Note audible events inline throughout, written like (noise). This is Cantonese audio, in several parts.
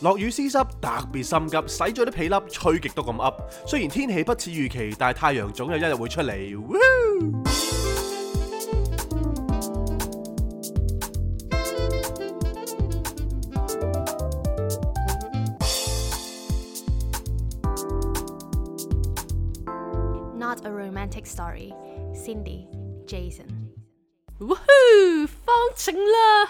落雨絲濕特別心急，洗咗啲被粒吹極都咁噏。雖然天氣不似預期，但係太陽總有一日會出嚟。Woo！ Not a romantic story. Cindy, Jason. 呼呼，放晴啦，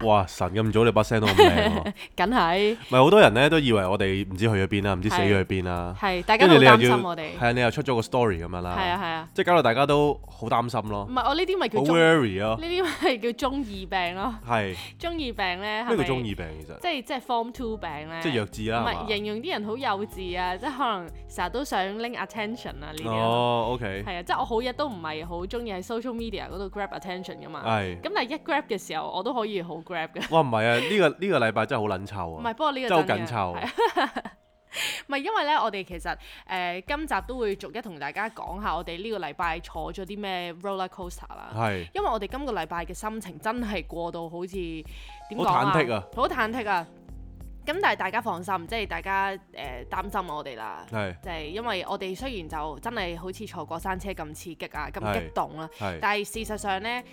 哇！神咁早你把聲都咁靚喎， (laughs) 梗係咪好多人咧都以為我哋唔知去咗邊啦，唔知死咗去邊啦。係，啊大家跟都住好你又擔要心我哋，係啊，你又出咗個 story 咁樣啦，係啊係啊，即係搞到大家都好擔心咯唔，係我呢啲咪好叫中，呢 worry 咯，啲 (laughs) 咪叫中二病咯，係中二病咩咧叫中中二病其實？即係即係 form two 病咧，即係弱智唔啦，係嘛係形容啲人好幼稚啊，即係可能成日都想拎 attention à, 啊呢啲咯，哦，OK，係啊，即係我好日都唔係好中意喺 social media 嗰度 grab attention 噶嘛，係。咁但係一 grab 嘅時候我都可以好 grab 嘅。哇，唔係啊，呢個呢個禮拜真係好撚臭唔啊係，，不過呢個真係好真緊嘅湊係啊唔係因為咧，我哋其實誒、呃今集都會逐一同大家講下我哋呢個禮拜坐咗啲咩 roller coaster 啦。係因為我哋今個禮拜嘅心情真係過到好似點講好忐忑啊，好忐忑啊！咁但係大家放心，即係大家誒、呃、擔心我哋啦。係就係因為我哋雖然就真係好似坐過山車咁刺激啊，咁係激動啦、係但係事實上呢，誒、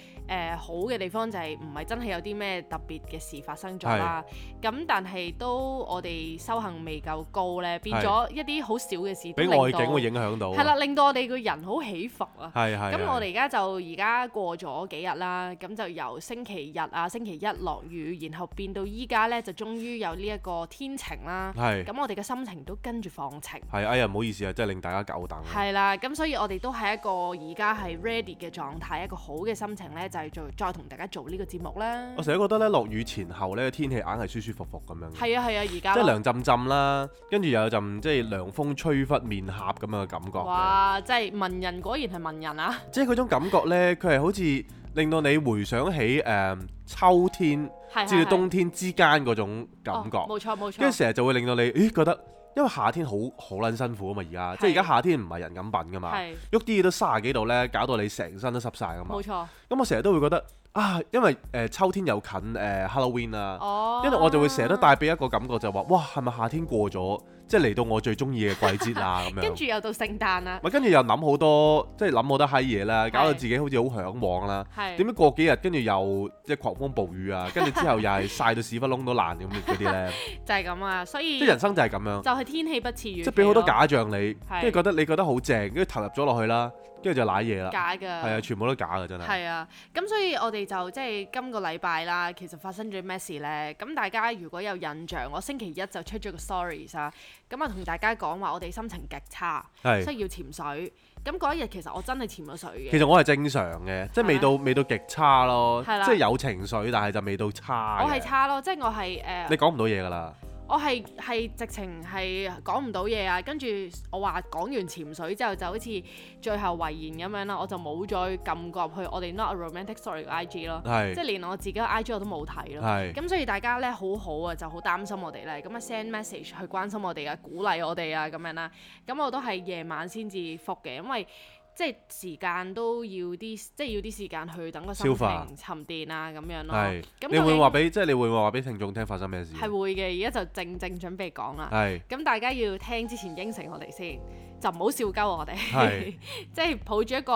好嘅地方就係唔係真係有啲咩特別嘅事發生咗啦。咁但係都我哋修行未夠高呢，變咗一啲好少嘅事都俾令到外景會影響到啊，係啦，令到我哋個人好起伏啊。係，係係。咁我哋而家就而家過咗幾日啦，咁就由星期日啊、星期一落雨，然後變到依家呢，就終於有呢一個天晴啦。係咁我哋嘅心情都跟住放晴。係，哎呀，唔好意思啊，真係令大家久等啊。係啦，咁所以我哋都係一個而家係 ready 嘅狀態，一個好嘅心情呢，就係、做再同大家做呢個節目啦我。成日覺得咧，落雨前後咧，天氣硬係舒舒服服咁樣嘅，係啊係啊，而家即係咯涼浸浸啦，跟住又有陣即係涼風吹拂面頰咁樣嘅感覺嘅，哇！即係文人果然係文人啊，即係嗰種感覺咧，佢係好似令到你回想起誒秋天係至係到冬天之間嗰種感覺哦。冇錯冇跟住錯，成日就會令到你，咦覺得，因為夏天好好撚辛苦啊嘛，而家即係而家係夏天唔係人咁品噶嘛，係喐啲嘢都三十幾度咧，搞到你成身都濕晒噶嘛冇。錯。咁我成日都會覺得啊，因為誒、呃秋天又近誒、呃 Halloween 啊，哦，因為我就會成日都。帶俾一個感覺就係話，哇係咪夏天過咗，即係嚟到我最中意嘅季節啦咁跟樣。住又到聖誕啦，咪跟住又諗好多，即係諗好多閪嘢啦，搞到係自己好似好向往啦。係點知過幾日，跟住又即係狂風暴雨 (laughs) 啊，跟住之後又係曬到屎忽窿都爛咁嗰啲咧，就係咁啊，所以即係人生就係咁樣。就係天氣不似預期咯，即係俾好多假象你，係啊跟住覺得你覺得好正，跟住投入咗落去啦，跟住就賴嘢啦，假㗎，係啊，全部都假嘅真係，係啊，咁所以我哋就即係今個禮拜啦，其實發生咗咩事呢？咁大家如果有印象，我星期一就出咗個 stories 啊，咁啊同大家講話我哋心情極差，所係。以要潛水。咁嗰一日其實我真係潛咗水其嘅，實我係正常嘅，即係未到未到極差咯，係啦即係有情緒，但係就未到差嘅。我係差咯，即係我係誒，你講唔到嘢㗎啦，我係係直情係講唔到嘢啊。跟住我話講完潛水之後就好似最後遺言咁樣啦，我就冇再撳過入去我哋 Not a Romantic Story 嘅 IG 咯，即係係連我自己嘅 IG 我都冇睇咯。係咁所以大家咧好好啊，就好擔心我哋咧，咁啊 send message 去關心我哋啊，鼓勵我哋啊咁樣啦。咁我都係夜晚先至覆嘅，因為即係時間都要啲，即係要啲時間去等個心消化情沉澱啊咁樣咯。係。咁你究會竟話俾即係你會話俾聽眾聽發生咩事？係會嘅，而家就正正準備講啦。係咁大家要聽之前應承我哋先，就唔好笑鳩我哋係， (laughs) 即係抱住一個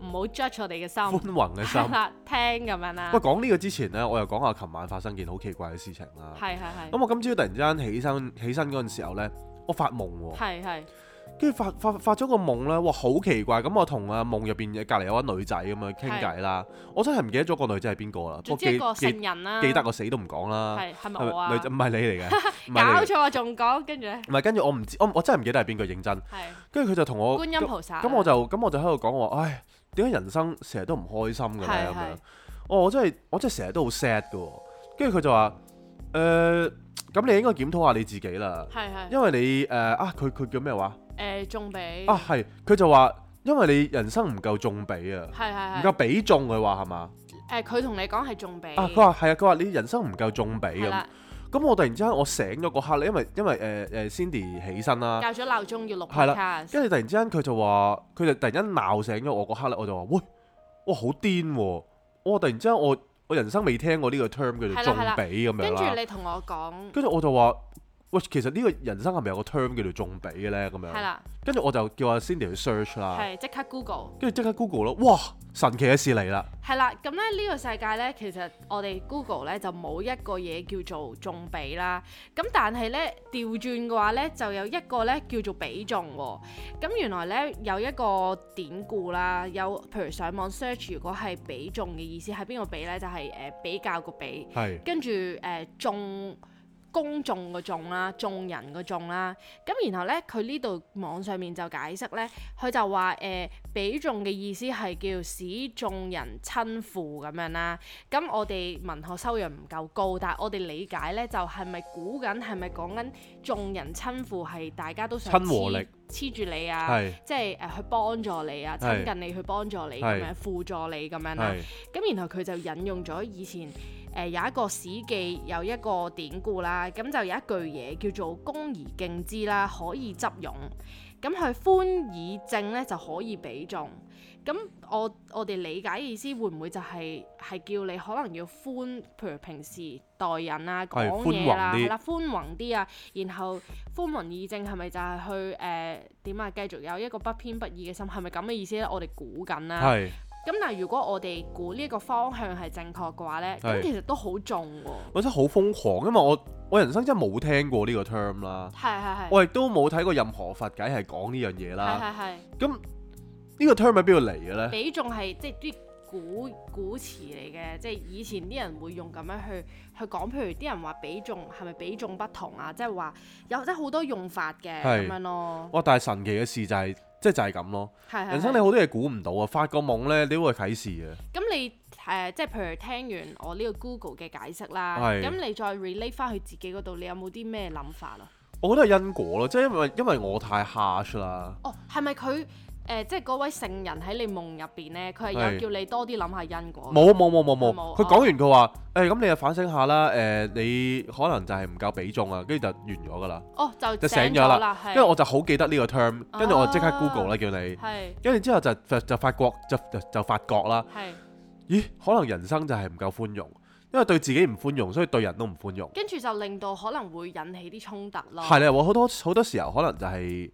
唔好 judge 我哋嘅寬心，宏嘅係 (laughs) 心。啦，聽咁樣啦喂，。講呢個之前呢，我又講下琴晚發生件好奇怪嘅事情啦。係係係咁我今朝突然之間起身起身嗰陣時候呢，我發夢喎。係係跟住發發發咗個夢咧，哇好奇怪！咁我同啊夢入邊嘅隔離有位女仔咁樣傾偈啦，我真係唔記得咗個女仔係邊個啦，不總過之一個啊記聖人啦，記得我死都唔講啦，係係咪我係啊女？仔唔係你 (laughs) 嚟嘅，唔係搞你嚟嘅，錯啊，仲講，跟住咧唔係跟住我唔知，我我真係唔記得係邊個認真，係跟住佢就同我觀音菩薩啊。咁我就咁我就喺度講我話，唉點解人生成日都唔開心嘅咧咁係樣係？哦我真係我真係成日都好 sad 嘅喎，跟住佢就話誒咁你應該檢討下你自己啦，係係因為你誒啊佢佢叫咩話？誒仲俾啊，係，佢就話因為你人生唔夠重比啊，係唔夠係係比重佢話係嘛？誒佢同你講係仲俾啊，佢話係啊，佢話你人生唔夠重比係咁啦。，咁我突然之間我醒咗嗰刻咧，因為因為誒誒 Cindy 起身啦，校咗鬧鐘要錄係啦 podcast，跟住突然之間佢就話，佢就突然間鬧醒咗我嗰刻咧，我就話喂，哇好癲喎！我突然之間我我人生未聽過呢個 term 叫做係啦重係啦比咁樣跟住啦。你同我講跟住我就話：喂，其實呢個人生係咪有個 term 叫做重比嘅咧？咁係樣。啊啦，跟住我就叫阿 Cindy 去 search 啦，係即刻 Google。跟住即刻 Google 咯。哇！神奇嘅事嚟啦，係啦，咁咧呢個世界咧，其實我哋 Google 咧就冇一個嘢叫做中比啦。咁但係咧調轉嘅話咧，就有一個咧叫做比中喎、咁原來咧有一個典故啦，有譬如上網 search，如果係比中嘅意思係邊個比咧？就係、呃比較個比。係跟住呃誒眾公眾個眾啦，眾呃人個眾啦，咁然後咧佢呢度網上面就解釋咧，佢就話誒、呃比重嘅意思係叫使眾人親附咁樣啦。咁我哋文學修養唔夠高，但係我哋理解咧就係咪估緊係咪講緊眾人親附係大家都想親和黐力黐住你啊，係即係誒去幫助你啊，係親近你去幫助你咁係樣，輔助你咁樣啦。係咁然後佢就引用咗以前誒、呃有一個史記有一個典故啦，咁就有一句嘢叫做公而敬之啦，可以執勇。咁佢寬以正咧就可以比眾。咁我我哋理解嘅意思會唔會就係、係叫你可能要寬，譬如平時待人啊、係講嘢寬宏啲啦，係啦，寬宏啲啊，然後寬宏議政係咪就係去誒點啊？繼續有一個不偏不倚嘅心，係咪咁嘅意思咧？我哋估緊啦。係。咁但係如果我哋估呢一個方向係正確嘅話咧，咁係其實都好重喎。我真係好瘋狂，因為我我人生真係冇聽過呢個 term 啦，係係係，我亦都冇睇過任何佛偈係講呢樣嘢係啦。係係，咁呢個 term 喺邊度嚟嘅呢？比重係即係啲古古詞嚟嘅，即係以前啲人會用咁樣去去講，譬如啲人話比重係咪比重不同啊？即係話有即係好多用法嘅係咁樣咯。哇！但係神奇嘅事就係、即係就係咁咯。係係。人生係你好多嘢估唔到啊，發個夢呢，你都會啟示嘅。咁你誒、呃即係譬如聽完我呢個 Google 嘅解釋啦，係咁你再 relate 翻去自己嗰度，你有冇啲咩諗法啊？我覺得係因果咯，即係因為因為我太 harsh 啦，哦，係咪佢誒即係嗰位聖人喺你夢入邊咧，佢係有係叫你多啲諗下因果嘅。冇冇冇冇佢哦冇冇，佢講完佢話誒咁你就反省下啦，誒、你可能就係唔夠比重啊，跟住就完咗㗎啦。哦，就就醒醒咗咗啦啦，係跟住我就好記得呢個 term，跟住我即刻啊 Google 啦，叫你。係跟住之後就就就發覺就就就發覺啦，係，咦？可能人生就係唔夠寬容，因為對自己唔寬容，所以對人都唔寬容。跟住就令到可能會引起啲衝突咯，係啦，啊我好多好多時候可能就係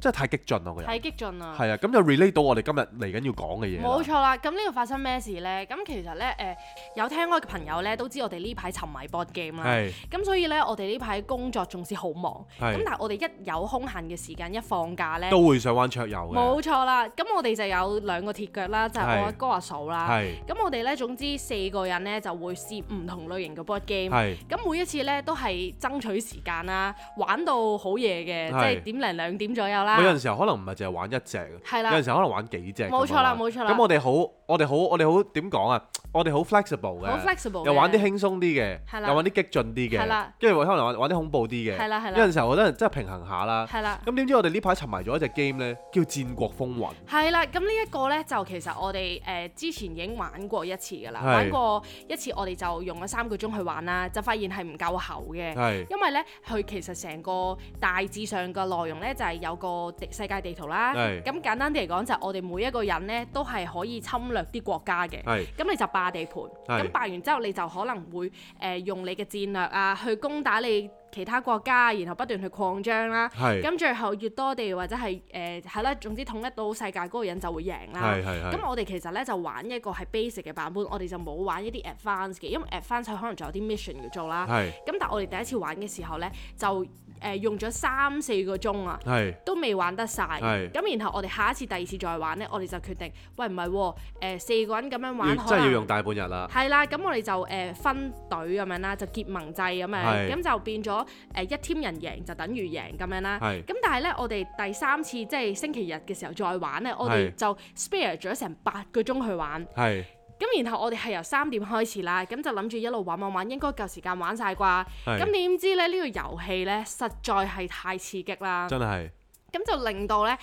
真係太激進咯個人。太激進啦。係啊，咁就 relate 到我哋今日嚟緊要講嘅嘢啦。冇錯啦，咁呢個發生咩事呢？咁其實呢，誒、有聽開嘅朋友呢都知我哋呢排沉迷 board game 啦，係咁所以呢，我哋呢排工作仲是好忙，咁係但係我哋一有空閒嘅時間一放假呢，都會上彎桌遊嘅。冇錯啦，咁我哋就有兩個鐵腳啦，就係、係我阿哥阿嫂啦，係咁我哋咧總之四個人咧就會試唔同類型嘅 board game。係咁每一次咧都係爭取時間啦，玩到好夜嘅，係即係點零兩點左右我有啦陣。時候可能唔係淨係玩一隻嘅，啊係有啦陣時候可能玩幾隻咁樣。啊冇錯啦冇錯啦咁我哋好，我哋好，我哋好點講啊？我哋好 flexible 嘅。好 flexible 嘅又玩啲輕鬆啲係嘅，啦又玩啲激進啲係啦嘅，跟住可能玩玩啲恐怖啲係嘅，啦係有啦陣時候我覺得真係平衡下啦。係啦咁點知我哋呢排沉迷咗一隻 game 呢，叫《戰國風雲》，係啦，咁呢一個咧就其實我哋誒、呃之前已經玩過一次㗎啦，係玩過一次我哋就用咗三個鐘去玩啦，就發現係唔夠厚嘅。係因為咧，佢其實成個大致上嘅內容咧，就係、有個地世界地圖啦。係咁簡單啲嚟講，就係我哋每一個人咧都係可以侵略啲國家嘅。係咁你就霸地盤，係咁霸完之後你就可能會誒、呃用你嘅戰略啊，去攻打你其他國家，然後不斷去擴張啦。係咁最後越多地或者係誒係啦，總之統一到世界嗰個人就會贏啦。係係係咁我哋其實咧就玩一個係 basic 嘅版本，我哋就冇玩一啲 advance 嘅，因為 advance 佢可能仲有啲 mission 要做啦。係咁但係我哋第一次玩嘅時候呢，就誒、呃用咗三四個鐘啊，係都未玩得晒。係咁然後我哋下一次、第二次再玩呢，我哋就決定，喂唔係喎，呃四個人咁樣要玩，真可係要用能大半日啦，係啦。咁我哋就誒、呃分隊咁樣啦，就結盟制咁樣，係咁就變咗誒、呃一 team 人贏就等於贏咁樣啦。係咁但係呢，我哋第三次即係星期日嘅時候再玩呢，我哋係就 spare 咗成八個鐘去玩。係咁然後我哋係由三點開始啦，咁就諗住一路玩玩玩，應該夠時間玩晒啩。係咁點知咧呢、呢個遊戲咧實在係太刺激啦，真係咁就令到咧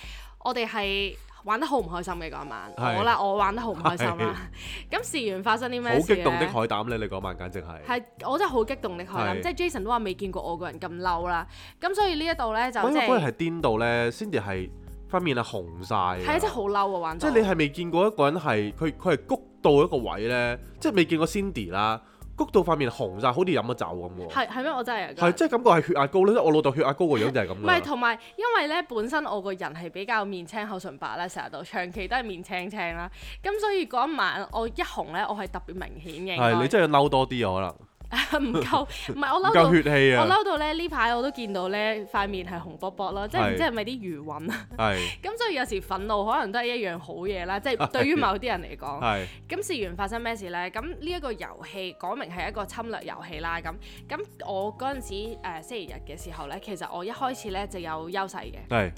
我哋係玩得好唔開心嘅嗰一晚。係我啦，我玩得好唔開心啦。 (laughs) 咁事緣發生啲好咩事激咧？動的海膽呢，你嗰晚簡直係。係我真係好激動的海膽，係即係 Jason 都話未見過我個人咁嬲啦。咁所以呢一度咧就我即因為嗰日係係癲到呢，先至係塊面係紅晒㗎。係啊，真係好嬲啊玩即到。係你係未見過一個人係佢佢係谷到一個位呢，即係未見過 Cindy 啦，谷到塊面紅晒，好似飲咗酒咁喎。係係咩？我真係有㗎係，即係感覺係血壓高咧，即係我老豆血壓高個樣就係咁唔㗎啦係，。同埋因為咧，本身我個人係比較面青口唇白啦，成日都長期都係面青青啦。咁所以嗰一晚我一紅咧，我係特別明顯嘅。係你真係要嬲多啲啊，係唔 (laughs) 夠，唔係我可能唔嬲夠到。血氣我啊，嬲到咧，呢排我都見到咧塊面係紅卜卜啦，即係係唔知係咪啲餘韻啊？ (laughs) 係咁所以有時憤怒可能都係一樣好嘢啦，即係對於某啲人嚟講。係咁事完發生咩事呢？咁呢一個遊戲講明係一個侵略遊戲啦。咁咁我嗰陣時、呃、星期日嘅時候呢，其實我一開始呢就有優勢嘅。係。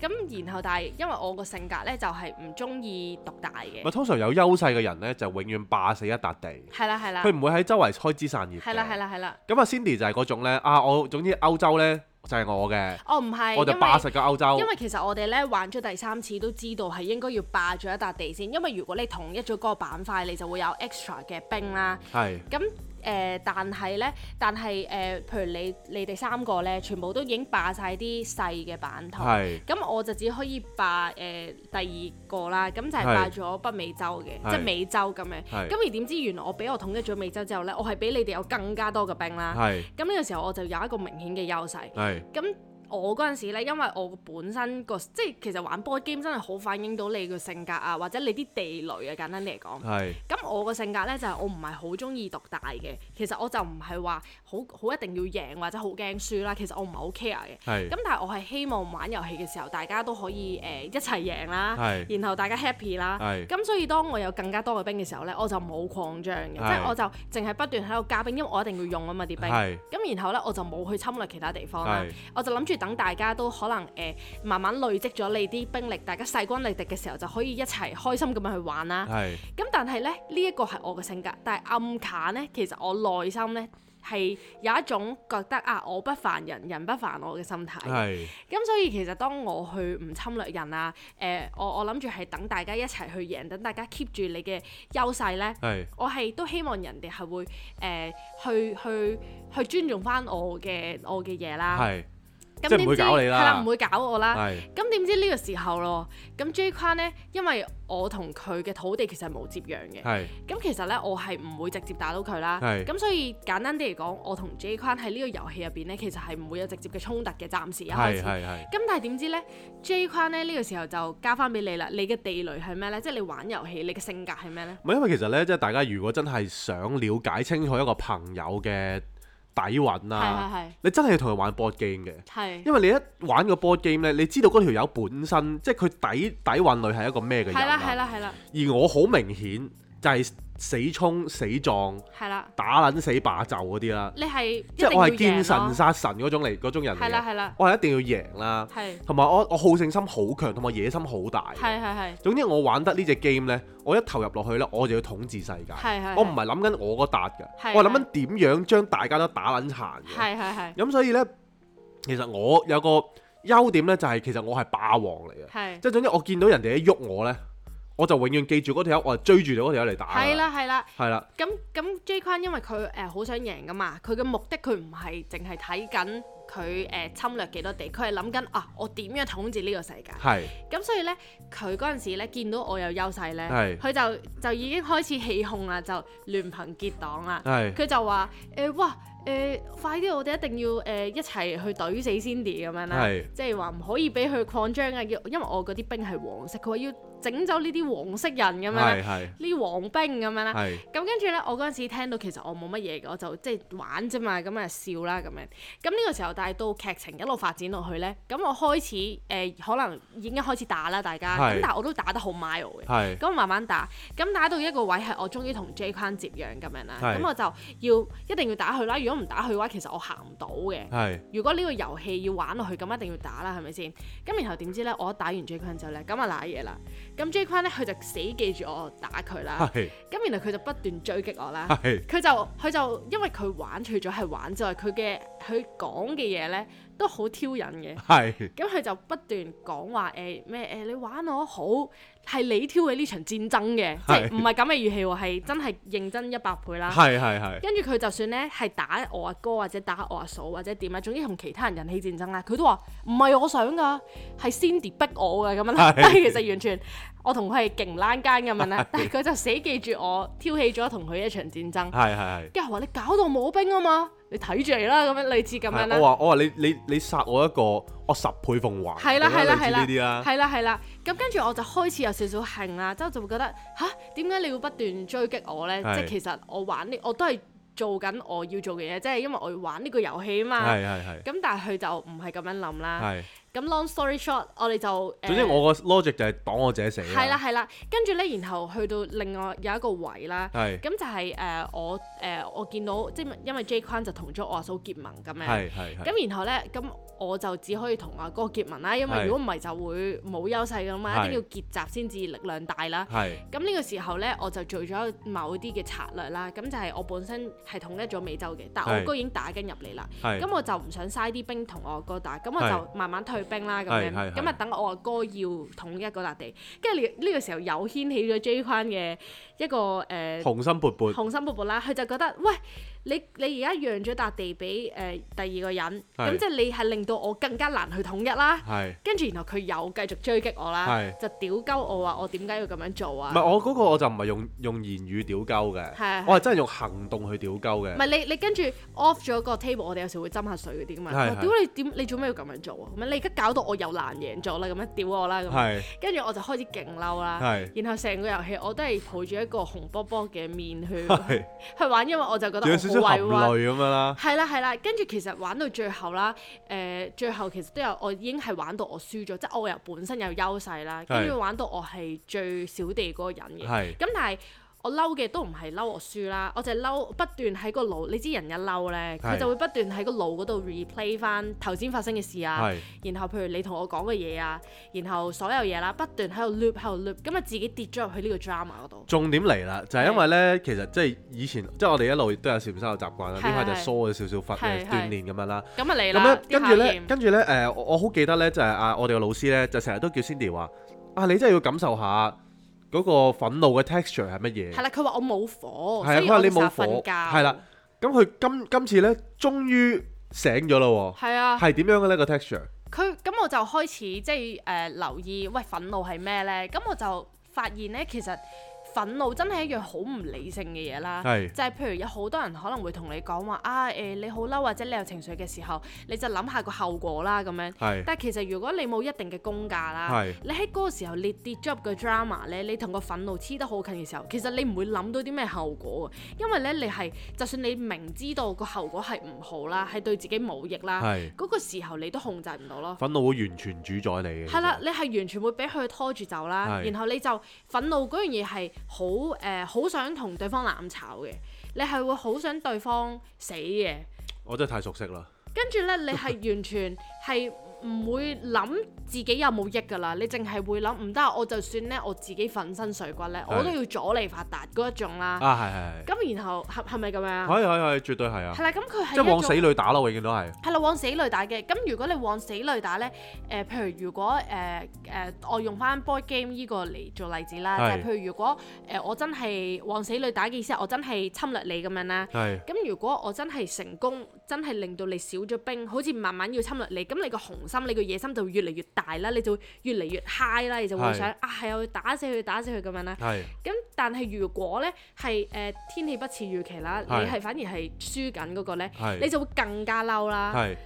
咁然後但係因為我個性格呢，就係唔中意獨大嘅咪，通常有優勢嘅人呢，就永遠霸死一笪地，係啦係啦，佢唔會喺周圍開枝散葉。啊係啦係。啦係啦。咁啊，Cindy 就係嗰種呢。啊，我總之歐洲呢，就係我嘅，哦唔係，我就因為霸實個歐洲因。為其實我哋咧玩咗第三次都知道係應該要霸咗一笪地先，因為如果你統一咗嗰個板塊，你就會有 extra 嘅兵啦。係咁誒、呃但係咧，但係誒、呃譬如你你哋三個咧，全部都已經霸晒啲細嘅版圖。係咁我就只可以霸誒、呃第二個啦，咁就係係霸咗北美洲嘅，係即係美洲咁樣。係咁而點知原來我俾我統一咗美洲之後咧，我係比你哋有更加多嘅兵啦。係咁呢個時候我就有一個明顯嘅優勢。係咁我嗰陣時咧，因為我本身個即係其實玩 board game 真係好反映到你個性格啊，或者你啲地雷啊，簡單啲嚟講。係咁我個性格咧就係、我唔係好中意獨大嘅，其實我就唔係話好好一定要贏或者好驚輸啦，其實我唔係好 care 嘅。係咁但係我係希望玩遊戲嘅時候，大家都可以誒、呃一齊贏啦，係然後大家 happy 啦。係咁所以當我有更加多嘅兵嘅時候呢，我就冇擴張嘅，即係係我就淨係不斷喺度加兵，因為我一定要用啊嘛啊啲兵。係咁然後呢，我就冇去侵略其他地方啦係，我就諗住等大家都可能誒、呃慢慢累積咗你啲兵力，大家勢均力敵嘅時候就可以一齊開心咁樣去玩啦。係咁但係呢，呢、一個係我嘅性格，但係暗卡呢，其實我內心呢係有一種覺得啊，我不煩人，人不煩我嘅心態。係咁所以其實當我去唔侵略人啊，誒、我我諗住係等大家一齊去贏，等大家 keep 住你嘅優勢呢。係我係都希望人哋係會誒、呃去去去尊重翻我嘅我嘅嘢啦。係咁即係唔點會知搞你啦係啦，唔會搞我啦。係咁點知呢個時候咯，咁 J 框呢，因為我同佢嘅土地其實係冇接壤嘅。係咁其實咧，我係唔會直接打到佢啦。係咁所以簡單啲嚟講，我同 J 框喺呢個遊戲入邊咧，其實係唔會有直接嘅衝突嘅，暫時一開係始。係係咁但係點知咧，J 框咧呢個時候就交翻俾你啦。你嘅地雷係咩咧？即係你玩遊戲，你嘅性格係咩咧？唔係因為其實咧，即係大家如果真係想了解清楚一個朋友嘅底韻啊，係你真係要同佢玩 board game 嘅。係係因為你一玩個 board game 咧，你知道嗰條友本身即係佢底底韻類係一個咩嘅人啊係啦係啦。啦係啦而我好明顯就係死衝死撞、係啦，打撚死霸就嗰啲啦，你係一即係我係定見要贏咯神殺神嗰種嚟嗰種人嚟係啦嘅。係啦我係一定要贏啦，係同埋我我好勝心好強，同埋野心好大。係係係總之我玩得呢只 game 呢，我一投入落去呢，我就要統治世界。係係啊我唔係諗緊我嗰笪係嘅，我係諗緊點樣將大家都打撚殘嘅。係係係咁所以呢，其實我有個優點呢，就係其實我係霸王嚟嘅，係即係總之我見到人哋一喐我呢，我就永遠記住嗰條友，我係追住嗰條友嚟打㗎。係啦係啦。係啦，咁咁 J 框因為佢誒好想贏噶嘛，佢嘅目的佢唔係淨係睇緊佢誒侵略幾多地，佢係諗緊啊我點樣統治呢個世界。係咁所以呢，佢嗰陣時咧見到我有優勢呢，係佢就就已經開始起哄啦，就聯朋結黨啦。係佢就話誒、呃哇誒、呃快啲我哋一定要誒、呃一齊去懟死 Cindy 咁樣啦係，即係話唔可以俾佢擴張啊！要因為我嗰啲兵係黃色，佢話要整走呢啲黃色人咁樣啦，係係呢黃兵咁樣啦。係咁跟住咧，我嗰陣時聽到其實我冇乜嘢嘅，我就即係玩啫嘛，咁啊笑啦咁樣。咁呢個時候，但係到劇情一路發展落去咧，咁我開始誒、呃可能已經開始打啦，大家。係咁但係我都打得好 mile 嘅。係咁慢慢打，咁打到一個位係我終於同 J 框接壤咁樣啦，係咁我就要一定要打佢啦。如果唔打佢嘅話，其實我行唔到嘅。係如果呢個遊戲要玩落去，咁一定要打啦，係咪先？咁然後點知呢？我一打完 J 框之後呢，咁啊賴嘢啦。咁 J 框呢，佢就死記住我打佢啦。係咁然後佢就不斷追擊我啦。係佢就佢就因為佢玩除咗係玩之外，佢嘅佢講嘅嘢呢都好挑釁嘅。係咁佢就不斷講話誒咩誒，你玩我好，係你挑起呢場戰爭嘅，即係係唔係咁嘅語氣喎，係真係認真一百倍啦。係係係，跟住佢就算咧係打我阿哥或者打我阿嫂或者點啊，總之同其他人引起戰爭啦，佢都話唔係我想噶，係 Cindy 逼我嘅咁樣啦。係但係其實完全我同佢係勁躝間咁樣啦，但係佢就死記住我挑起咗同佢一場戰爭，係係跟住話你搞到冇兵啊嘛，你睇住嚟啦咁樣，類似咁樣係。啦我。話我話你你你殺我一個，我十倍奉還。係啦係類啦似係啦，呢啲啦。係啦係啦。咁跟住我就開始有少少興啦，之後就會覺得吓，點解你要不斷追擊我呢？係即係其實我玩呢，我都係做緊我要做嘅嘢，即係因為我要玩呢個遊戲啊嘛。係係係咁但係佢就唔係咁樣諗啦。係。咁 long story short，我哋就總之誒我個 logic 就係啊擋我自己死。係啦。係啦，跟住呢，然後去到另外有一個位啦。係咁就係誒我誒我見到即係因為 J 坤就同咗我阿嫂結盟咁樣。係係係。咁然後咧，咁我就只可以同阿哥結盟啦，因為係如果唔係就會冇優勢噶嘛，一定係要結集先至力量大啦。係咁呢個時候咧，我就做咗某啲嘅策略啦。咁就係我本身係統一咗美洲嘅，但我係哥已經打緊入嚟啦。係。咁我就唔想嘥啲兵同我阿哥打，咁我係就慢慢退兵啦咁係樣。係係咁啊等我阿哥要統一嗰笪地，跟住呢呢個時候又掀起咗 J 框嘅一個誒。雄心勃勃。雄心勃勃啦，佢就覺得喂，你你而家讓咗笪地俾誒、呃第二個人，咁係即係你係令到我更加難去統一啦。係。跟住然後佢又繼續追擊我啦，係就屌鳩我話我點解要咁樣做唔啊？係我嗰個我就唔係用用言語屌鳩嘅，係啊我係真係用行動去屌鳩嘅唔。係你你跟住 off 咗個 table，我哋有時會斟下水嗰啲噶嘛。係我話係屌你點你做咩要咁樣做啊？咁樣你而家搞到我又難贏咗啦，咁樣屌我啦咁。係跟住我就開始勁嬲啦。係然後成個遊戲我都係抱住一個紅波波嘅面去係，去玩，因為我就覺 (laughs) 得有少我少好含委屈。淚咁樣啦。係啦係啦，跟住其實玩到最後啦，誒、呃最後其實都有我已經係玩到我輸咗，即係我由本身有優勢啦，跟住玩到我係最少地嗰個人嘅。係咁但係我嬲嘅都唔係嬲我輸啦，我就係嬲不斷喺個腦，你知人一嬲咧，佢係就會不斷喺個腦嗰度 replay 翻頭先發生嘅事啊，係然後譬如你同我講嘅嘢啊，然後所有嘢啦，不斷喺度 loop 喺度 loop，咁啊自己跌咗入去呢個 drama 嗰度。重點嚟啦，就係因為咧，其實即係以前即係我哋一路都有禪修嘅習慣啦，呢係排就係疏咗少少訓係係鍛鍊咁樣啦。咁啊嚟咁咧啦，，跟住啲考咧驗，跟住咧，誒，我我好記得咧，就係啊，我哋個老師咧，就成日都叫 Cindy 話：啊，你真係要感受下嗰個憤怒嘅 texture 係乜嘢係。啦，佢話我冇火，係啊哦所佢以話我你冇冇火，火瞓覺。係啦，咁佢今今次咧，終於醒咗啦喎。係啊，係點樣嘅呢個 texture？佢咁我就開始即係誒、呃留意，喂憤怒係咩呢？咁我就發現呢，其實憤怒真係一樣好唔理性嘅嘢啦。係就係譬如有好多人可能會同你講話啊誒、呃你好嬲或者你有情緒嘅時候，你就諗下個後果啦咁樣。係但係其實如果你冇一定嘅功架啦係，你喺嗰個時候你跌咗入個 drama 咧，你同個憤怒黐得好近嘅時候，其實你唔會諗到啲咩後果啊，因為咧你係就算你明知道個後果係唔好啦，係對自己冇益啦，係嗰個時候你都控制唔到咯。憤怒會完全主宰你嘅。係啦，你係完全會俾佢拖住走啦，啊係然後你就憤怒嗰樣嘢係好誒，好、想同對方攬炒嘅，你係會好想對方死嘅，其實，我真係太熟悉啦。跟住咧你係完全係唔會諗自己有冇益㗎啦，你淨係會諗唔得，我就算咧我自己粉身碎骨咧，係我都要阻你發達嗰一種啦。啊，係係咁、然後係係咪咁樣係，啊？係係係，絕對係啊係！啦，咁佢係即係一往種死裏打啦，我見到係。係啦，往死裏打嘅。咁如果你往死裏打呢，誒、譬如如果誒誒、呃我用翻 board game 呢個嚟做例子啦，就係係譬如如果誒、呃我真係往死裏打嘅意思係我真係侵略你咁樣啦。係咁如果我真係成功，真係令到你少咗兵，好似慢慢要侵略你，咁你個雄心、你個野心就會越嚟越大啦，你就會越嚟越 high 啦，你就會係想啊係啊，我要打死佢，打死佢咁樣啦。係咁但係如果呢係誒、呃天氣不似預期啦，你係係反而係輸緊嗰個呢，係你就會更加嬲啦。係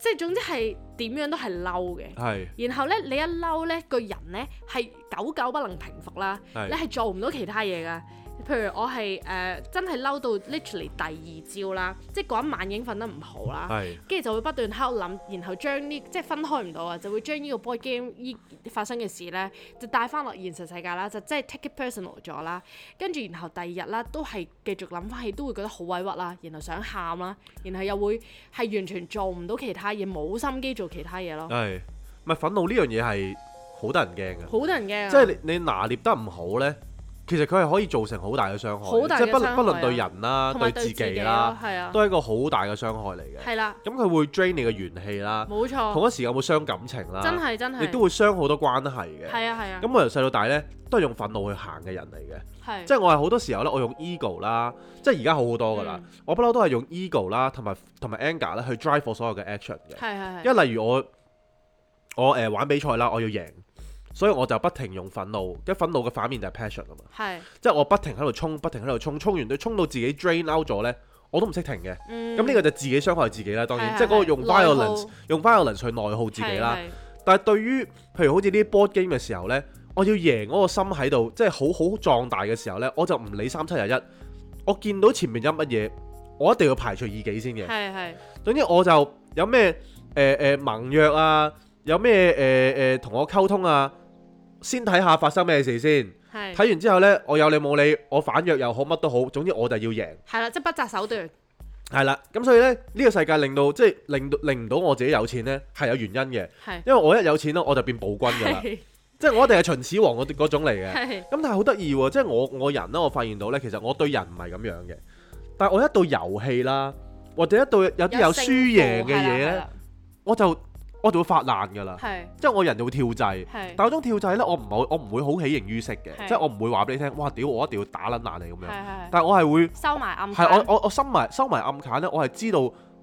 即係總之係點樣都係嬲嘅。係然後咧，你一嬲咧，個人咧係久久不能平復啦，係你係做唔到其他嘢噶。譬如我係誒、呃真係嬲到 literally 第二朝啦，即係嗰一晚已經瞓得唔好啦，係跟住就會不斷喺度諗，然後將呢即係分開唔到啊，就會將呢個 board game 依發生嘅事咧，就帶翻落現實世界啦，就即係 take it personal 咗啦。跟住然後第二日啦，都係繼續諗翻起，都會覺得好委屈啦，然後想喊啦，然後又會係完全做唔到其他嘢，冇心機做其他嘢咯，係，唔係憤怒呢樣嘢係好得人驚嘅。好多人驚啊。即係你你拿捏得唔好呢，其實佢係可以造成好大嘅傷害，好大即嘅係不傷害啊論不論對人啦、同對埋對自自己己啦啦，，係啊都，係一個好大嘅傷害嚟嘅。係啦，咁佢會 drain 你嘅元氣啦，冇錯，同一時間會傷感情真啦，係真亦係，啊都會傷好多關係嘅。係啊係啊，咁我由細到大呢，都係用憤怒去行嘅人嚟嘅，係即係我係好多時候呢，我用 ego 啦，即係而家好好多噶嗯啦，我不嬲都係用 ego 啦，同埋同埋 anger 咧去 drive 我所有嘅 action 嘅。係係係，因為例如我我誒、呃玩比賽啦，我要贏，所以我就不停用憤怒，跟憤怒嘅反面就係 passion 啊嘛，係即係我不停喺度衝，不停喺度衝，衝完都衝到自己 drain out 咗呢，我都唔識停嘅。嗯咁呢個就自己傷害自己啦，當然係即係嗰個係用內耗 violence 用 violence 去內耗自己啦。係係但係對於譬如好似呢啲 board game 嘅時候呢，我要贏嗰個心喺度，即係好好壯大嘅時候呢，我就唔理三七廿一，我見到前面有乜嘢，我一定要排除異己先嘅。係係總之我就有咩誒誒盟約啊，有咩誒誒呃同我溝通啊，先睇下發生咩事先。係睇完之後呢，我有你冇你，我反約又好，乜都好，總之我就要贏。係啦，即係不擇手段，係啦，咁所以呢，呢、個世界令到即係令到令唔到我自己有錢呢，係有原因嘅，係因為我一有錢呢，我就變暴君㗎 (laughs) 啦，係即係我一定係秦始皇嗰啲嗰種嚟嘅。係咁但係好得意喎，即係我我人咧，我發現到咧，其實我對人唔係咁樣嘅，但係我一到遊戲啦，或者一到有啲有輸贏嘅嘢咧，，我就我就會發爛㗎啦，係即係我人就會跳掣。係但係嗰種跳掣咧，我唔好我唔會好喜形於色嘅，係即係我唔會話俾你聽，哇屌我一定要打撚爛你咁係樣。係係但係我係會收埋暗係我卡我我收埋收埋暗砍咧，我係知道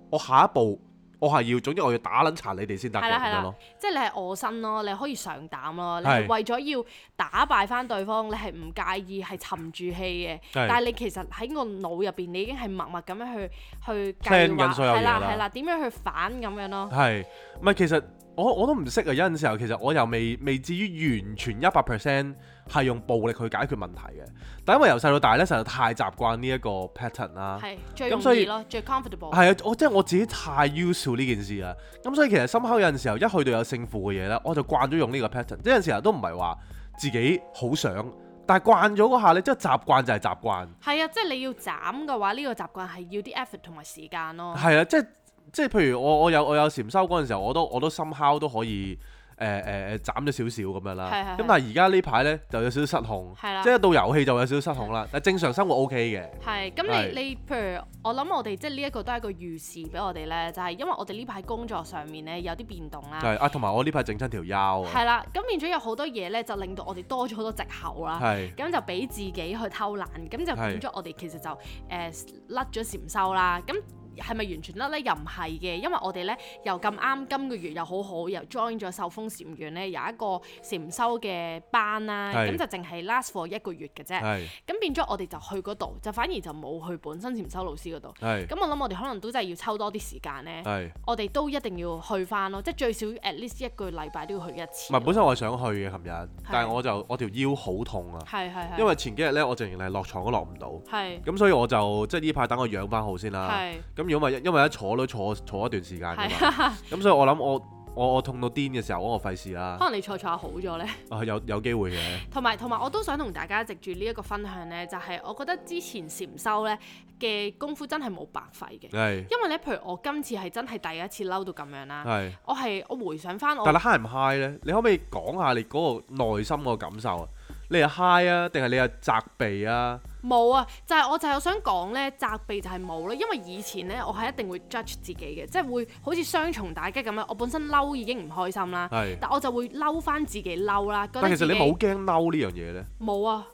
我下一步我係要，總之我要打撚殘你哋先得嘅係啦係咁啦樣咯。即係你係我身咯，你可以上膽咯，你係係為咗要打敗翻對方，你係唔介意係沉住氣嘅，但係你其實喺個腦入邊，你已經係默默咁樣去去 plan 計緊劃，所有嘢係啦啦係啦，點樣去反咁樣咯，係，唔係其實我我都唔識啊！有陣時候其實我又未未至於完全一百 percent 係用暴力去解決問題嘅，但因為由細到大咧，實在太習慣呢一個 pattern 啦。係最所容以易咯，最 comfortable，係啊，我即係我自己太 used to 呢件事啦，咁所以其實深刻有陣時候一去到有勝負嘅嘢咧，我就慣咗用呢個 pattern。即係有陣時候都唔係話自己好想，但係慣咗嗰下咧，即係習慣就係習慣。係啊，即係你要斬嘅話，呢個習慣係要啲 effort 同埋時間咯，係啊，即係即係，譬如我我有我有禪修嗰陣時候，我都我都 somehow 都可以誒誒誒斬咗少少咁樣啦。係係咁係但係而家呢排咧就有少少失控，係啦即係一到遊戲就有少少失控啦。但係正常生活 OK 嘅，係，咁係你你譬如我諗我哋即係呢一個都係一個預示俾我哋咧，就係、因為我哋呢排工作上面咧有啲變動啦，係啊，同埋我呢排整親條腰啊，係啦，咁變咗有好多嘢咧就令到我哋多咗好多藉口啦。係咁就俾自己去偷懶，咁就係變咗我哋其實就誒、呃甩咗禪修啦。咁係咪完全甩呢？又唔係嘅，因為我哋呢又咁啱今個月又好好，又 join 咗受風禪院呢有一個禪修嘅班啦，係咁就淨係 last for 一個月嘅啫。係咁變咗我哋就去嗰度，就反而就冇去本身禪修老師嗰度。係咁我諗我哋可能都真係要抽多啲時間呢，係。我哋都一定要去翻咯，即係最少 at least 一個禮拜都要去一次唔係。本身我係想去嘅，琴日，但係我就我條腰好痛啊，係係係，因為前幾日咧我淨係落床都落唔到，係咁所以我就即係呢排等我養翻好先啦。係咁如果咪因為一坐都坐坐一段時間㗎嘛。係。哦咁所以我諗我我我痛到癲嘅時候，我費事啦可，能你坐坐下好咗呢，啊有有機會嘅，同埋同埋我都想同大家藉住呢一個分享呢，就係、我覺得之前禪修呢嘅功夫真係冇白費嘅，係 (laughs) 因為呢，譬如我今次係真係第一次嬲到咁樣啦，係。我係我回想翻我啊但你 high 唔 high 咧？你可唔可以講下你嗰個內心嗰個感受啊？你係 high 啊，定係你係責備啊？冇啊，就係、我就係想講呢，責備就係冇啦，因為以前呢，我係一定會 judge 自己嘅，即係會好似雙重打擊咁樣，我本身嬲已經唔開心啦，係。但我就會嬲翻自己嬲啦，覺但得其自實己你冇驚嬲呢樣嘢咧？冇啊。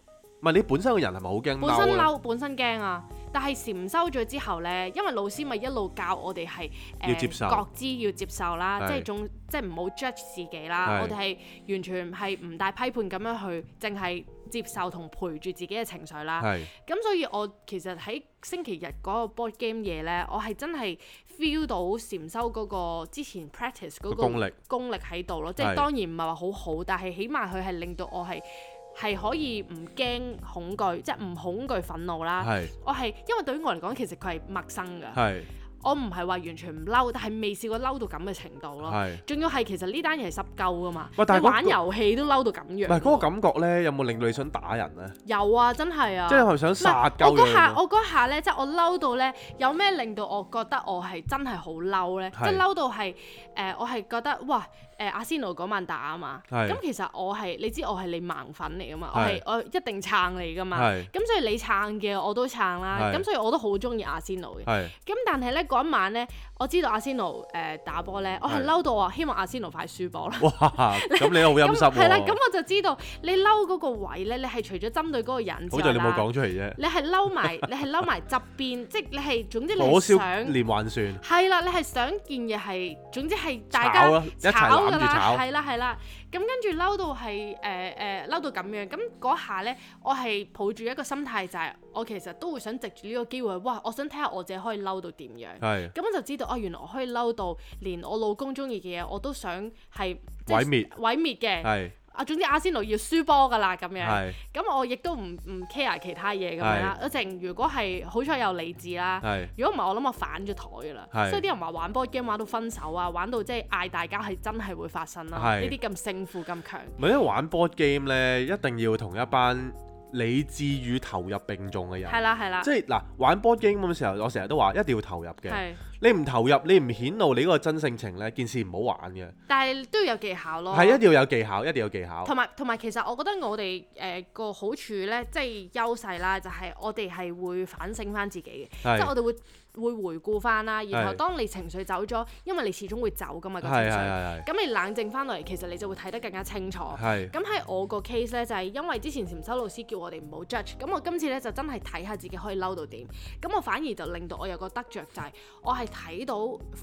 唔係你本身個人係咪好驚本身嬲啊？嬲，本身驚啊！但係禪修咗之後呢，因為老師咪一路教我哋係誒要接受覺知要接受啦，係即係仲即係唔好 judge 自己啦。係我哋係完全係唔帶批判咁樣去，淨係接受同陪住自己嘅情緒啦。係咁所以我其實喺星期日嗰個 board game 嘢呢，我係真係 feel 到禪修嗰個之前 practice 嗰個個功力功力喺度咯。即係係當然唔係話好好，但係起碼佢係令到我係係可以唔驚恐懼，即係唔恐懼憤怒啦。係我係因為對於我嚟講，其實佢係陌生㗎，係我唔係話完全唔嬲，但係未試過嬲到咁嘅程度咯。係。仲要係其實呢單嘢係濕鳩噶嘛，喂但係你嗰玩遊戲都嬲到咁樣唔係嗰個感覺咧，有冇令到你想打人咧？有啊，真係啊，即係係咪想殺鳩我嗰下佢？啊我嗰下咧，即係我嬲到咧，有咩令到我覺得我係真係好嬲咧？即係係嬲到係誒、呃我係覺得哇誒阿仙奴嗰晚打啊嘛，係咁其實我係你知我係你盲粉嚟噶嘛，我係係我一定撐你噶嘛，係咁所以你撐嘅我都撐啦，係咁所以我都好中意阿仙奴嘅。係咁但係咧嗰一晚咧，我知道阿仙奴誒打波咧，我係係嬲到啊，希望阿仙奴快輸波啦。哇，咁你好咁陰濕 (laughs) 係啦，咁喎，我就知道你嬲嗰個位咧，你係除咗針對嗰個人之好外在你冇啦，講出嚟啫。你係 (laughs) 嬲埋，你係嬲埋側邊，即係你係總之你火係燒想連環船，係啦，你係想件嘢係總之係炒大家啦，一齊攬炒㗎住啦，炒，係啦係啦，咁跟住嬲到係誒誒嬲到咁樣，咁嗰下咧，我係抱住一個心態就係、我其實都會想藉住呢個機會，哇！我想睇下我自己可以嬲到點樣。係咁我就知道哦，原來我可以嬲到連我老公中意嘅嘢我都想係即毀係滅毀滅嘅。係啊，總之阿仙奴要輸波㗎啦咁樣。係咁我亦都唔唔 care 其他嘢咁樣啦。一陣如果係好彩有理智啦。係如果唔係，我諗我反咗台㗎啦。係所以啲人話玩 board game 玩到分手啊，玩到即係嗌大家係真係會發生啦。啊係呢啲咁勝負咁強。咪因為玩 board game 咧，一定要同一班理智與投入並重嘅人。係啦係啦即。係嗱，玩 board game 咁嘅時候，我成日都話一定要投入嘅。係，你唔投入，你唔顯露你嗰個真性情呢，件事唔好玩嘅。但係都要有技巧咯。係一定要有技巧，一定要有技巧。哦同埋同埋，其實我覺得我哋誒個好處咧，即係優勢啦，就係、我哋係會反省翻自己嘅，係即係我哋會會回顧翻啦。然後係當你情緒走咗，因為你始終會走噶嘛個情係係緒，係係咁你冷靜翻落嚟，其實你就會睇得更加清楚。係咁喺我個 case 咧，就係、因為之前禪修老師叫我哋唔好 judge，咁我今次咧就真係睇下自己可以嬲到點，咁我反而就令到我有個得着，就係、我係睇到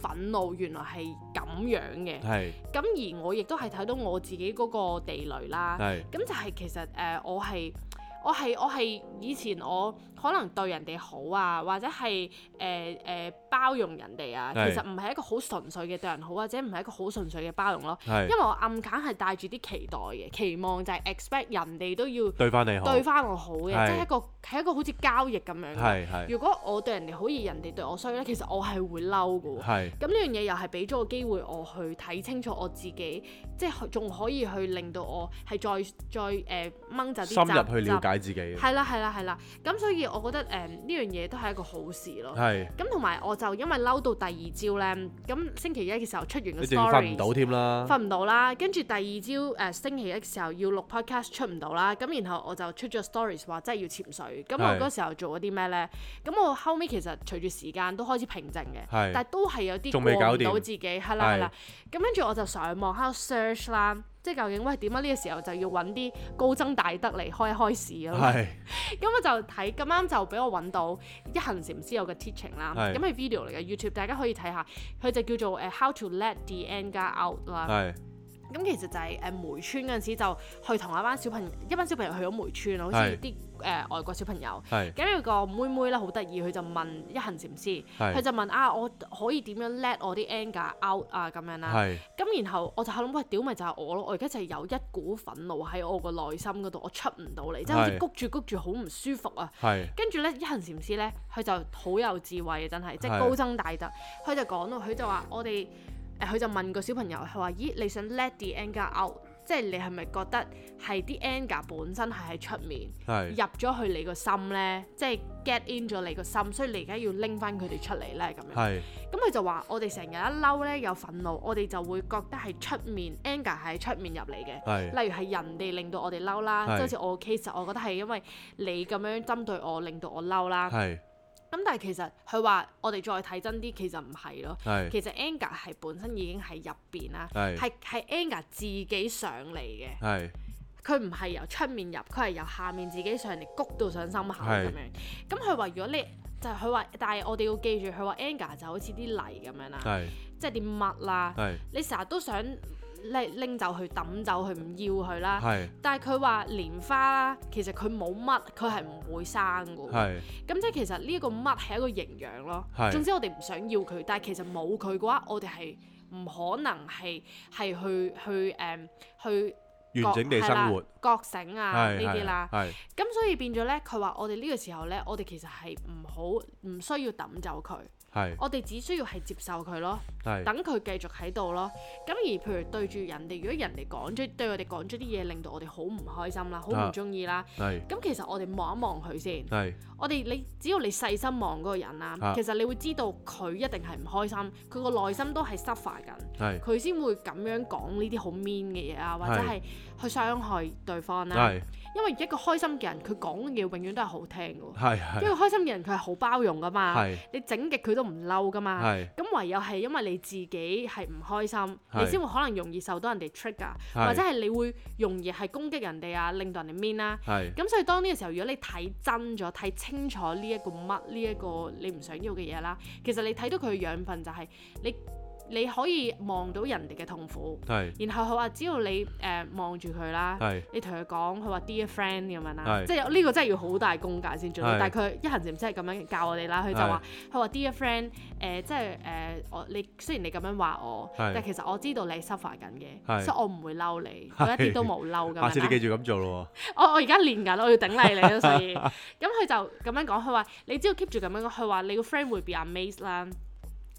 憤怒原來係哦咁樣嘅，係咁而我亦都係睇到我自己嗰個地雷啦。係咁就係其實誒、呃我係我係我係以前我可能對人哋好啊，或者係誒誒包容人哋啊，其係實唔係一個好純粹嘅對人好，或者唔係一個好純粹嘅包容咯。因係為我暗揀係帶住啲期待嘅，期望就係 expect 人哋都要對翻你好。對翻我好嘅，係即係一個係一個好似交易咁樣嘅。係係如果我對人哋好而人哋對我衰咧，其實我係會嬲嘅喎。係咁呢樣嘢又係俾咗個機會我去睇清楚我自己，即係仲可以去令到我係再再誒掹走啲深入雜去了。解自己雜。係啦係啦係啦，咁所以我覺得誒呢樣嘢都係一個好事咯。係咁同埋我就因為嬲到第二朝咧，咁星期一嘅時候出完個你仲要瞓唔到 story。添啦。瞓唔到啦，跟住第二朝誒、星期一嘅時候要錄 podcast 出唔到啦，咁然後我就出咗 stories 話真係要潛水，咁係我嗰時候做咗啲咩呢？咁我後尾其實隨住時間都開始平靜嘅，係但係都係有啲仲未過搞唔掂到自己，係啦係係啦。咁跟住我就上網喺度 search 啦，即係究竟喂點解呢個時候就要揾啲高僧大德嚟開一開市啊？係咁我就睇咁啱就俾我揾到一行禪師有嘅 teaching 啦，係咁係 video 嚟嘅 YouTube，大家可以睇下，佢就叫做誒呃 How to Let the Anger Out 啦。係咁其實就係誒梅村嗰陣時就去同一班小朋友，一班小朋友去咗梅村啊好似係啲誒外國小朋友。係咁有個妹妹咧好得意，佢就問一行禪師，係佢就問啊，我可以點樣 let 我啲 anger out 啊咁樣啦。係咁然後我就喺度諗，喂，屌咪就係我咯，我而家就係有一股憤怒喺我個內心嗰度，我出唔到嚟，即係好似係谷住谷住好唔舒服啊。係跟住咧，一行禪師咧，佢就好有智慧嘅，真係即係係高僧大德。佢就講到，佢就話我哋誒，佢就問個小朋友，佢話：咦，你想 let the anger out，即係你係咪覺得係啲 anger 本身係喺出面係入咗去你個心咧，即係 get in 咗你個心，所以你而家要拎翻佢哋出嚟咧咁樣。係咁佢就話：我哋成日一嬲咧，有憤怒，我哋就會覺得係出面 anger 係喺出面入嚟嘅。係例如係人哋令到我哋嬲啦，係即係好似我 case，我覺得係因為你咁樣針對我，令到我嬲啦。咁係但係其實佢話我哋再睇真啲，其實唔係咯。係其實 anger 係本身已經喺入邊啦，係係係 anger 自己上嚟嘅，係佢唔係由出面入，佢係由下面自己上嚟谷到上心口係咁樣。咁佢話如果你就係佢話，但係我哋要記住，佢話 anger 就好似啲泥咁樣啦，係即係啲乜啦，係你成日都想拎拎走佢、抌走佢、唔要佢啦。係但係佢話蓮花啦，其實佢冇乜，佢係唔會生嘅喎。係咁即係其實呢一個乜係一個營養咯係。總之我哋唔想要佢，但係其實冇佢嘅話，我哋係唔可能係係去去誒、去完整地生活覺。係啦覺醒啊係呢啲啦。係咁所以變咗咧，佢話我哋呢個時候咧，我哋其實係唔好唔需要抌走佢，係我哋只需要係接受佢咯，係等佢繼續喺度咯。咁而譬如對住人哋，如果人哋講咗對我哋講咗啲嘢，令到我哋好唔開心啦，好啊唔中意啦。係咁其實我哋望一望佢先，係我哋你只要你細心望嗰個人啦，啊其實你會知道佢一定係唔開心，佢個內心都係 suffer 緊，係佢先會咁樣講呢啲好 mean 嘅嘢啊，或者係係去傷害對方啦。係因為一個開心嘅人，佢講嘅嘢永遠都係好聽嘅喎。因為係啊開心嘅人佢係好包容噶嘛，係你整極佢都唔嬲噶嘛。係咁唯有係因為你自己係唔開心，係你先會可能容易受到人哋 trigger，係或者係你會容易係攻擊人哋啊，令到人哋 mean 啦。係咁所以當呢個時候，如果你睇真咗、睇清楚呢一個乜、呢一個你唔想要嘅嘢啦，其實你睇到佢嘅養分就係、你你可以望到人哋嘅痛苦，係然後佢話只要你誒望住佢啦。係你同佢講，佢話 Dear friend 咁樣啦係，即係呢個真係要好大功架先做到係。但係佢一行禪真係咁樣教我哋啦，佢就話：佢話 Dear friend，誒、即係誒、我你雖然你咁樣話我，係但係其實我知道你係 suffer 緊嘅，係所以我唔會嬲你，我係一啲都冇嬲咁樣 (laughs) 啊下次你啦記住咁做咯我我而家練緊，我要頂你你咯，所 (laughs) 以咁佢就咁樣講，佢話你只要 keep 住咁樣講，佢話你個 friend 會 be amazed 啦。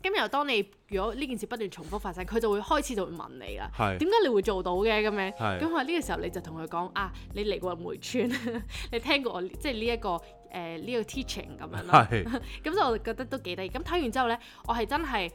咁又當你如果呢件事不斷重複發生，佢就會開始就會問你啦。喎，點係解你會做到嘅咁樣？係咁我呢個時候你就同佢講啊，你嚟過梅村， (laughs) 你聽過我即係呢一個誒呢、個 teaching 咁樣啦。 (laughs) 係咁所以我覺得都幾得意。咁睇完之後呢，我係真係誒、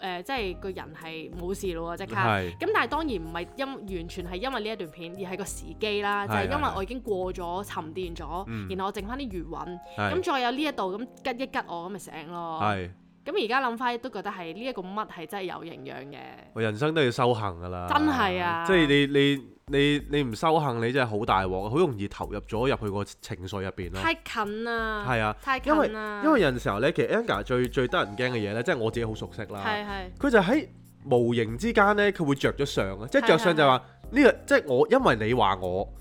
呃即係個人係冇事咯喎，即刻。係咁但係當然唔係因完全係因為呢一段片，而係個時機啦，就係係因為係我已經過咗沉澱咗，然後我剩翻啲餘韻，係咁再有呢啊一度咁吉一吉我咁咪醒咯。係，咁而家諗翻都覺得係呢一個乜係真係有營養嘅，我人生都要修行噶啦，真係啊即係你你你你唔修行，你真係好大鑊，好容易投入咗入去個情緒入邊咯。太近啦，係啊，太近因為啦，因為有陣時候咧，其實 Anger 最最得人驚嘅嘢咧，即係我自己好熟悉啦。係係佢就喺無形之間咧，佢會着咗相啊！即係着係相係就係話呢個，即係我因為你話我，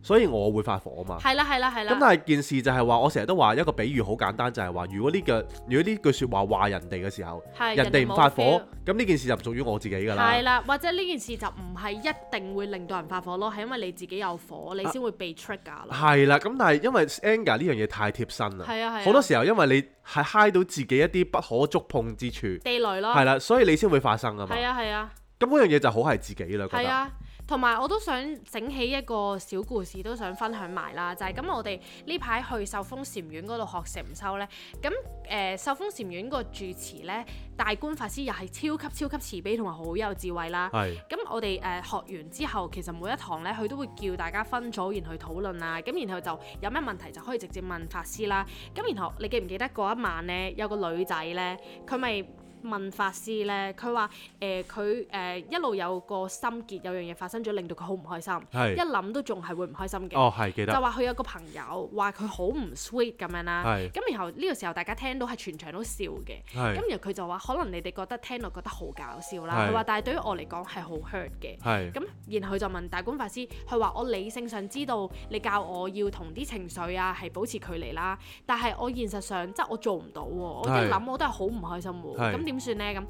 所以我會發火啊嘛。係啦係啦係咁但啦，係件事就係話，我成日都話一個比喻好簡單，就係話如果呢個如果呢句説話話人哋嘅時候，係人哋唔冇發火 feel，咁呢件事就唔屬於我自己㗎啦係。啦，或者呢件事就唔係一定會令到人發火咯，係因為你自己有火，啊你先會被 trigger 咯。係啦，咁但係因為 anger 呢樣嘢太貼身啦，係啊係啊好多時候因為你係嗨到自己一啲不可觸碰之處，地雷咯，係啦，所以你先會發生啊嘛。啊係啊係啊。咁嗰樣嘢就好係自己啦，覺係得啊，同埋我都想整起一個小故事，都想分享埋啦。就係、咁，我哋呢排去壽豐禪院嗰度學禪修呢。咁誒壽豐禪院個住持呢，大觀法師又係超級超級慈悲同埋好有智慧啦。係咁我哋誒、呃學完之後，其實每一堂咧，佢都會叫大家分組，然後去討論啊。咁然後就有咩問題就可以直接問法師啦。咁然後你記唔記得嗰一晚咧，有個女仔咧，佢咪問法師咧，佢話誒佢誒一路有個心結，有樣嘢發生咗，令到佢好唔開心，一係諗都仲係會唔開心嘅。哦，係記得就話佢有個朋友話佢好唔 sweet 咁樣啦，係咁然後呢個時候大家聽到係全場都笑嘅，係咁然後佢就話可能你哋覺得聽落覺得好搞笑啦，係佢話但係對於我嚟講係好 hurt 嘅。係咁然後佢就問大觀法師，佢話我理性上知道你教我要同啲情緒啊係保持距離啦，但係我現實上即係我做唔到喎，我一係諗我都係好唔開心喎，係咁點算呢？咁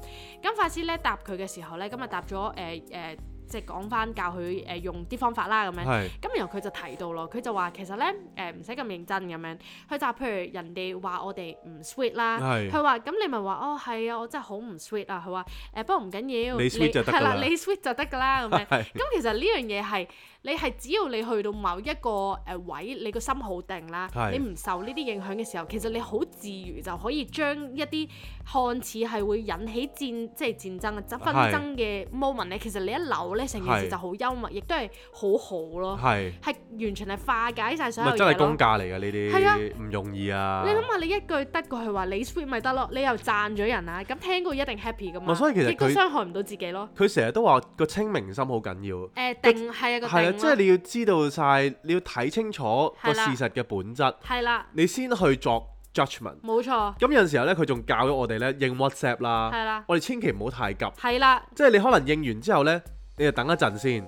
咁法師咧答佢嘅時候咧，咁啊答咗誒誒，即係講翻教佢誒、呃用啲方法啦咁樣。係咁然後佢就提到咯，佢就話其實咧誒唔使咁認真咁樣，佢就話譬如人哋話我哋唔 sweet 啦，係佢話咁你咪話哦係啊，我真係好唔 sweet 啊，佢話誒不過唔緊要，你 sweet 就得㗎係啦你 sweet 就得㗎啦 (laughs) 咁樣。係咁其實呢樣嘢係你係只要你去到某一個誒位，你個心好定啦係，你唔受呢啲影響嘅時候，其實你好自如就可以將一啲看似係會引起戰即係戰爭啊即係紛爭嘅 moment 咧，其實你一扭咧，成件事係就好幽默，亦都係好好咯，係。係完全係化解晒所有咪真嘢係公咯。價嚟㗎係啊呢啲，唔容易啊你！諗下，你一句得過去話你 sweet 咪得咯，你又讚咗人啊，咁聽過一定 happy 噶嘛咪，所以其實亦都佢傷害唔到自己咯。佢成日都話個清明心好緊要，係誒定係啊個啊，定即係咯，你要知道晒，你要睇清楚個係事啦實嘅本質，係啦，你啊先去作 judgment。冇錯，咁有陣時候咧，佢仲教咗我哋咧應 WhatsApp 啦，係啦。啊我哋千祈唔好太急，係啦，即係你可能應完之後咧，你就等一陣先，佢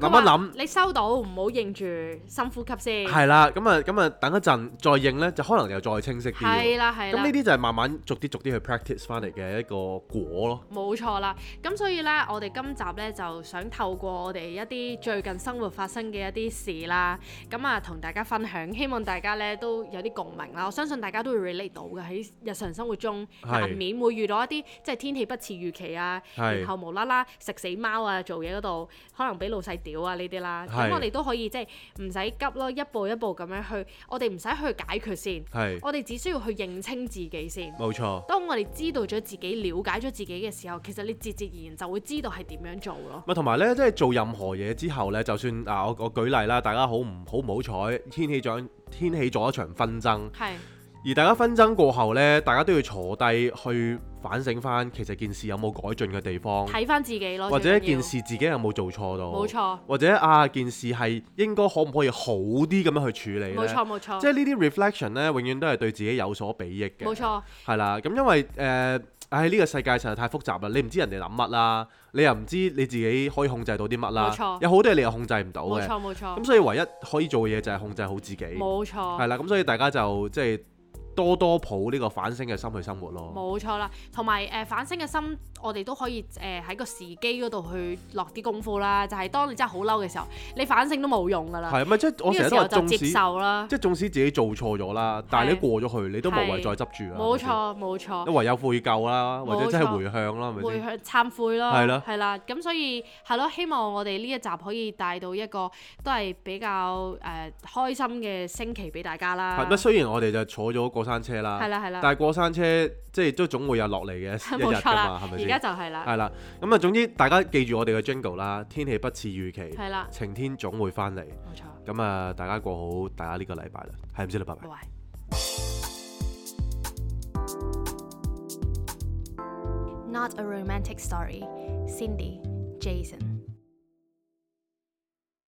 諗一話諗。啊你收到唔好認住，深呼吸先。係啦，咁啊，咁啊，等一陣再應呢，就可能又再清晰啲喎。係啦係咁啦呢。啲就係慢慢逐啲逐啲去 practice 翻嚟嘅一個果咯。冇錯啦，咁所以呢，我哋今集呢就想透過我哋一啲最近生活發生嘅一啲事啦，咁啊同大家分享，希望大家呢都有啲共鳴啦。我相信大家都會 relate 到嘅喺日常生活中，係難免會遇到一啲即係天氣不似預期啊，係然後無啦啦食死貓啊，做嘢嗰度可能俾老細屌啊呢啲啦。咁係我哋都可以即係唔使急咯，一步一步咁樣去，我哋唔使去解決先，係，我哋只需要去認清自己先。冇錯。當我哋知道咗自己、了解咗自己嘅時候，其實你自自然然就會知道係點樣做咯。啊咪同埋呢，即係做任何嘢之後呢，就算啊，我我舉例啦，大家好唔好唔好彩，掀起咗掀起咗一場紛爭，係而大家紛爭過後呢，大家都要坐低去反省翻，其實件事有冇改進嘅地方，睇翻自己咯，或者最一緊件要事自己有冇做錯到，冇錯，或者啊件事係應該可唔可以好啲咁樣去處理呢冇錯冇錯，即係呢啲 reflection 咧，永遠都係對自己有所裨益嘅。冇，錯，係啦。咁因為誒，呃唉、呢、個世界實在太複雜啦，你唔知人哋諗乜啦，你又唔知你自己可以控制到啲乜冇啦錯。有好多嘢你又控制唔到冇嘅。錯冇錯咁，所以唯一可以做嘅嘢就係控制好自己。係冇錯，啦，咁所以大家就即係多多抱呢個反省嘅心去生活咯。冇錯啦。同埋誒反省嘅心，我哋都可以誒喺個時機嗰度去落啲功夫啦。就係當你真係好嬲嘅時候，你反省都冇用㗎啦。係啊咪即係我呢成日個時都候話就縱接使受啦。即係縱使自己做錯咗啦，但係你過咗去，你都無謂再執住啦。冇係咪錯冇錯先，你。唯有悔疚啦，或者真係冇錯回向啦，係咪會先？去懺悔咯，係咯係啦，咁所以係咯，希望我哋呢一集可以帶到一個都係比較誒、呃、開心嘅星期俾大家啦，係乜？啊雖然我哋就坐咗過山車啦，係啦係啦，但係過山車即係都總會有落 (laughs) 嚟嘅一一冇日錯㗎啦嘛，，係而咪家先？就係啦，係啦，咁啊，總之大家記住我哋嘅 jingle 啦，天氣不似預期，係啦，晴天總會翻嚟。冇錯，咁啊，大家過好大家呢個禮拜啦，係唔知啦，拜拜拜。拜。 Not a Romantic Story, Cindy, Jason.